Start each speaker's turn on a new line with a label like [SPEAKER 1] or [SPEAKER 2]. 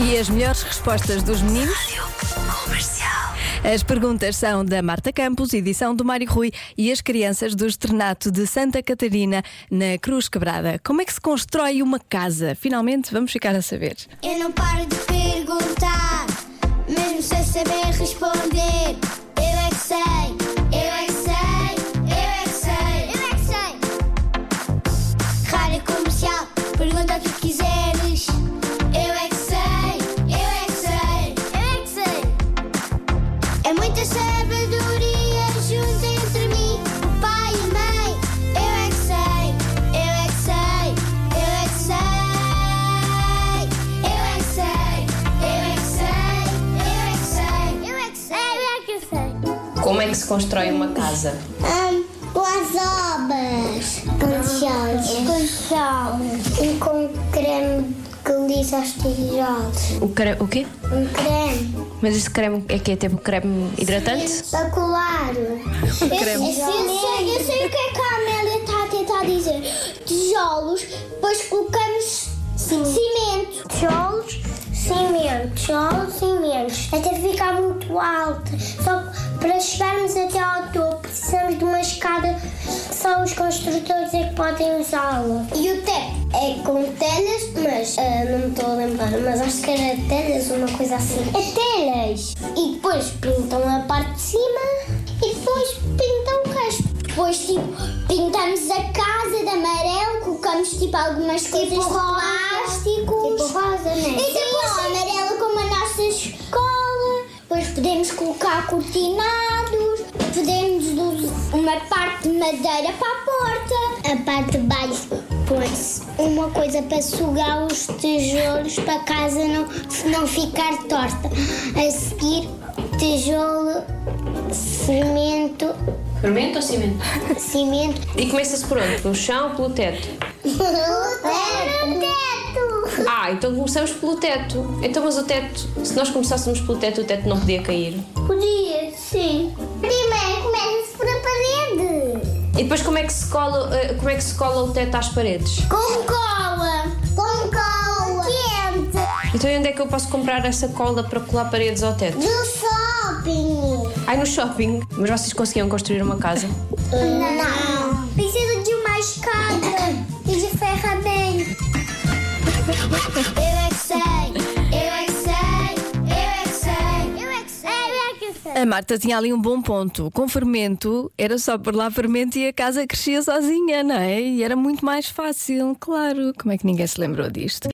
[SPEAKER 1] E as melhores respostas dos meninos? As perguntas são da Marta Campos, edição do Mário Rui e as crianças do Estrenato de Santa Catarina, na Cruz Quebrada. Como é que se constrói uma casa? Finalmente vamos ficar a saber.
[SPEAKER 2] Eu não paro de perguntar, mesmo sem saber responder. Eu é que sei, eu é que sei, eu é que sei, eu é que sei. Rádio comercial, pergunta o que quiseres. Eu é que sei, eu é que sei, eu é que sei. É muita sabedoria junto entre mim, o pai e a mãe. Eu é que sei, eu é que sei, eu é que sei. Eu é que sei, eu é que sei, eu é que sei. Eu é que sei, eu é que sei.
[SPEAKER 3] Como é que se constrói uma casa?
[SPEAKER 2] com as obras. Com tijolos. Com tijolos. E com creme que lisa aos tijolos.
[SPEAKER 3] O, cre... o quê?
[SPEAKER 2] Um creme.
[SPEAKER 3] Mas esse creme é que é tipo creme hidratante?
[SPEAKER 2] Para colar. Eu,
[SPEAKER 3] creme.
[SPEAKER 2] sei- eu sei, eu sei o que é que a Amélia está a tentar dizer. Tijolos, depois colocamos cimento. Tijolos, cimento. Tijolos, cimento. Até ficar muito alto. Só para chegarmos até ao topo precisamos de uma escada que só os construtores é que podem usá-la. E o teto? É com telhas, mas ah, não me estou a lembrar, mas acho que era telhas, uma coisa assim. É telhas! E depois pintam a parte de cima e depois pintam o resto. Depois, tipo, pintamos a casa de amarelo, colocamos, tipo, algumas coisas de plásticos. Tipo rosa, né? E depois amarelo como a nossa escola. Depois podemos colocar cortinados. Podemos usar uma parte de madeira para a porta. A parte de baixo põe-se uma coisa para sugar os tijolos para a casa não, não ficar torta. A seguir, tijolo, cimento,
[SPEAKER 3] Fermento ou cimento?
[SPEAKER 2] cimento
[SPEAKER 3] E começa-se por onde? Pelo chão ou pelo teto?
[SPEAKER 2] no teto.
[SPEAKER 3] Ah, então começamos pelo teto. Então, mas o teto, se nós começássemos pelo teto, o teto não podia cair.
[SPEAKER 2] Podia, sim. Primeiro começa-se por a parede.
[SPEAKER 3] E depois como é que se cola, eh, como é que se cola o teto às paredes?
[SPEAKER 2] Com cola. Com cola. Quente.
[SPEAKER 3] Então e onde é que eu posso comprar essa cola para colar paredes ao teto?
[SPEAKER 2] Do shopping.
[SPEAKER 3] Ai, no shopping. Mas vocês conseguiam construir uma casa?
[SPEAKER 2] Não. Precisa de uma escada e de ferramenta. Eu é que sei. Eu é que sei. Eu é que sei. Eu é que sei. Eu é que sei.
[SPEAKER 1] A Marta tinha ali um bom ponto. Com fermento, era só por lá fermento e a casa crescia sozinha, não é? E era muito mais fácil, claro. Como é que ninguém se lembrou disto?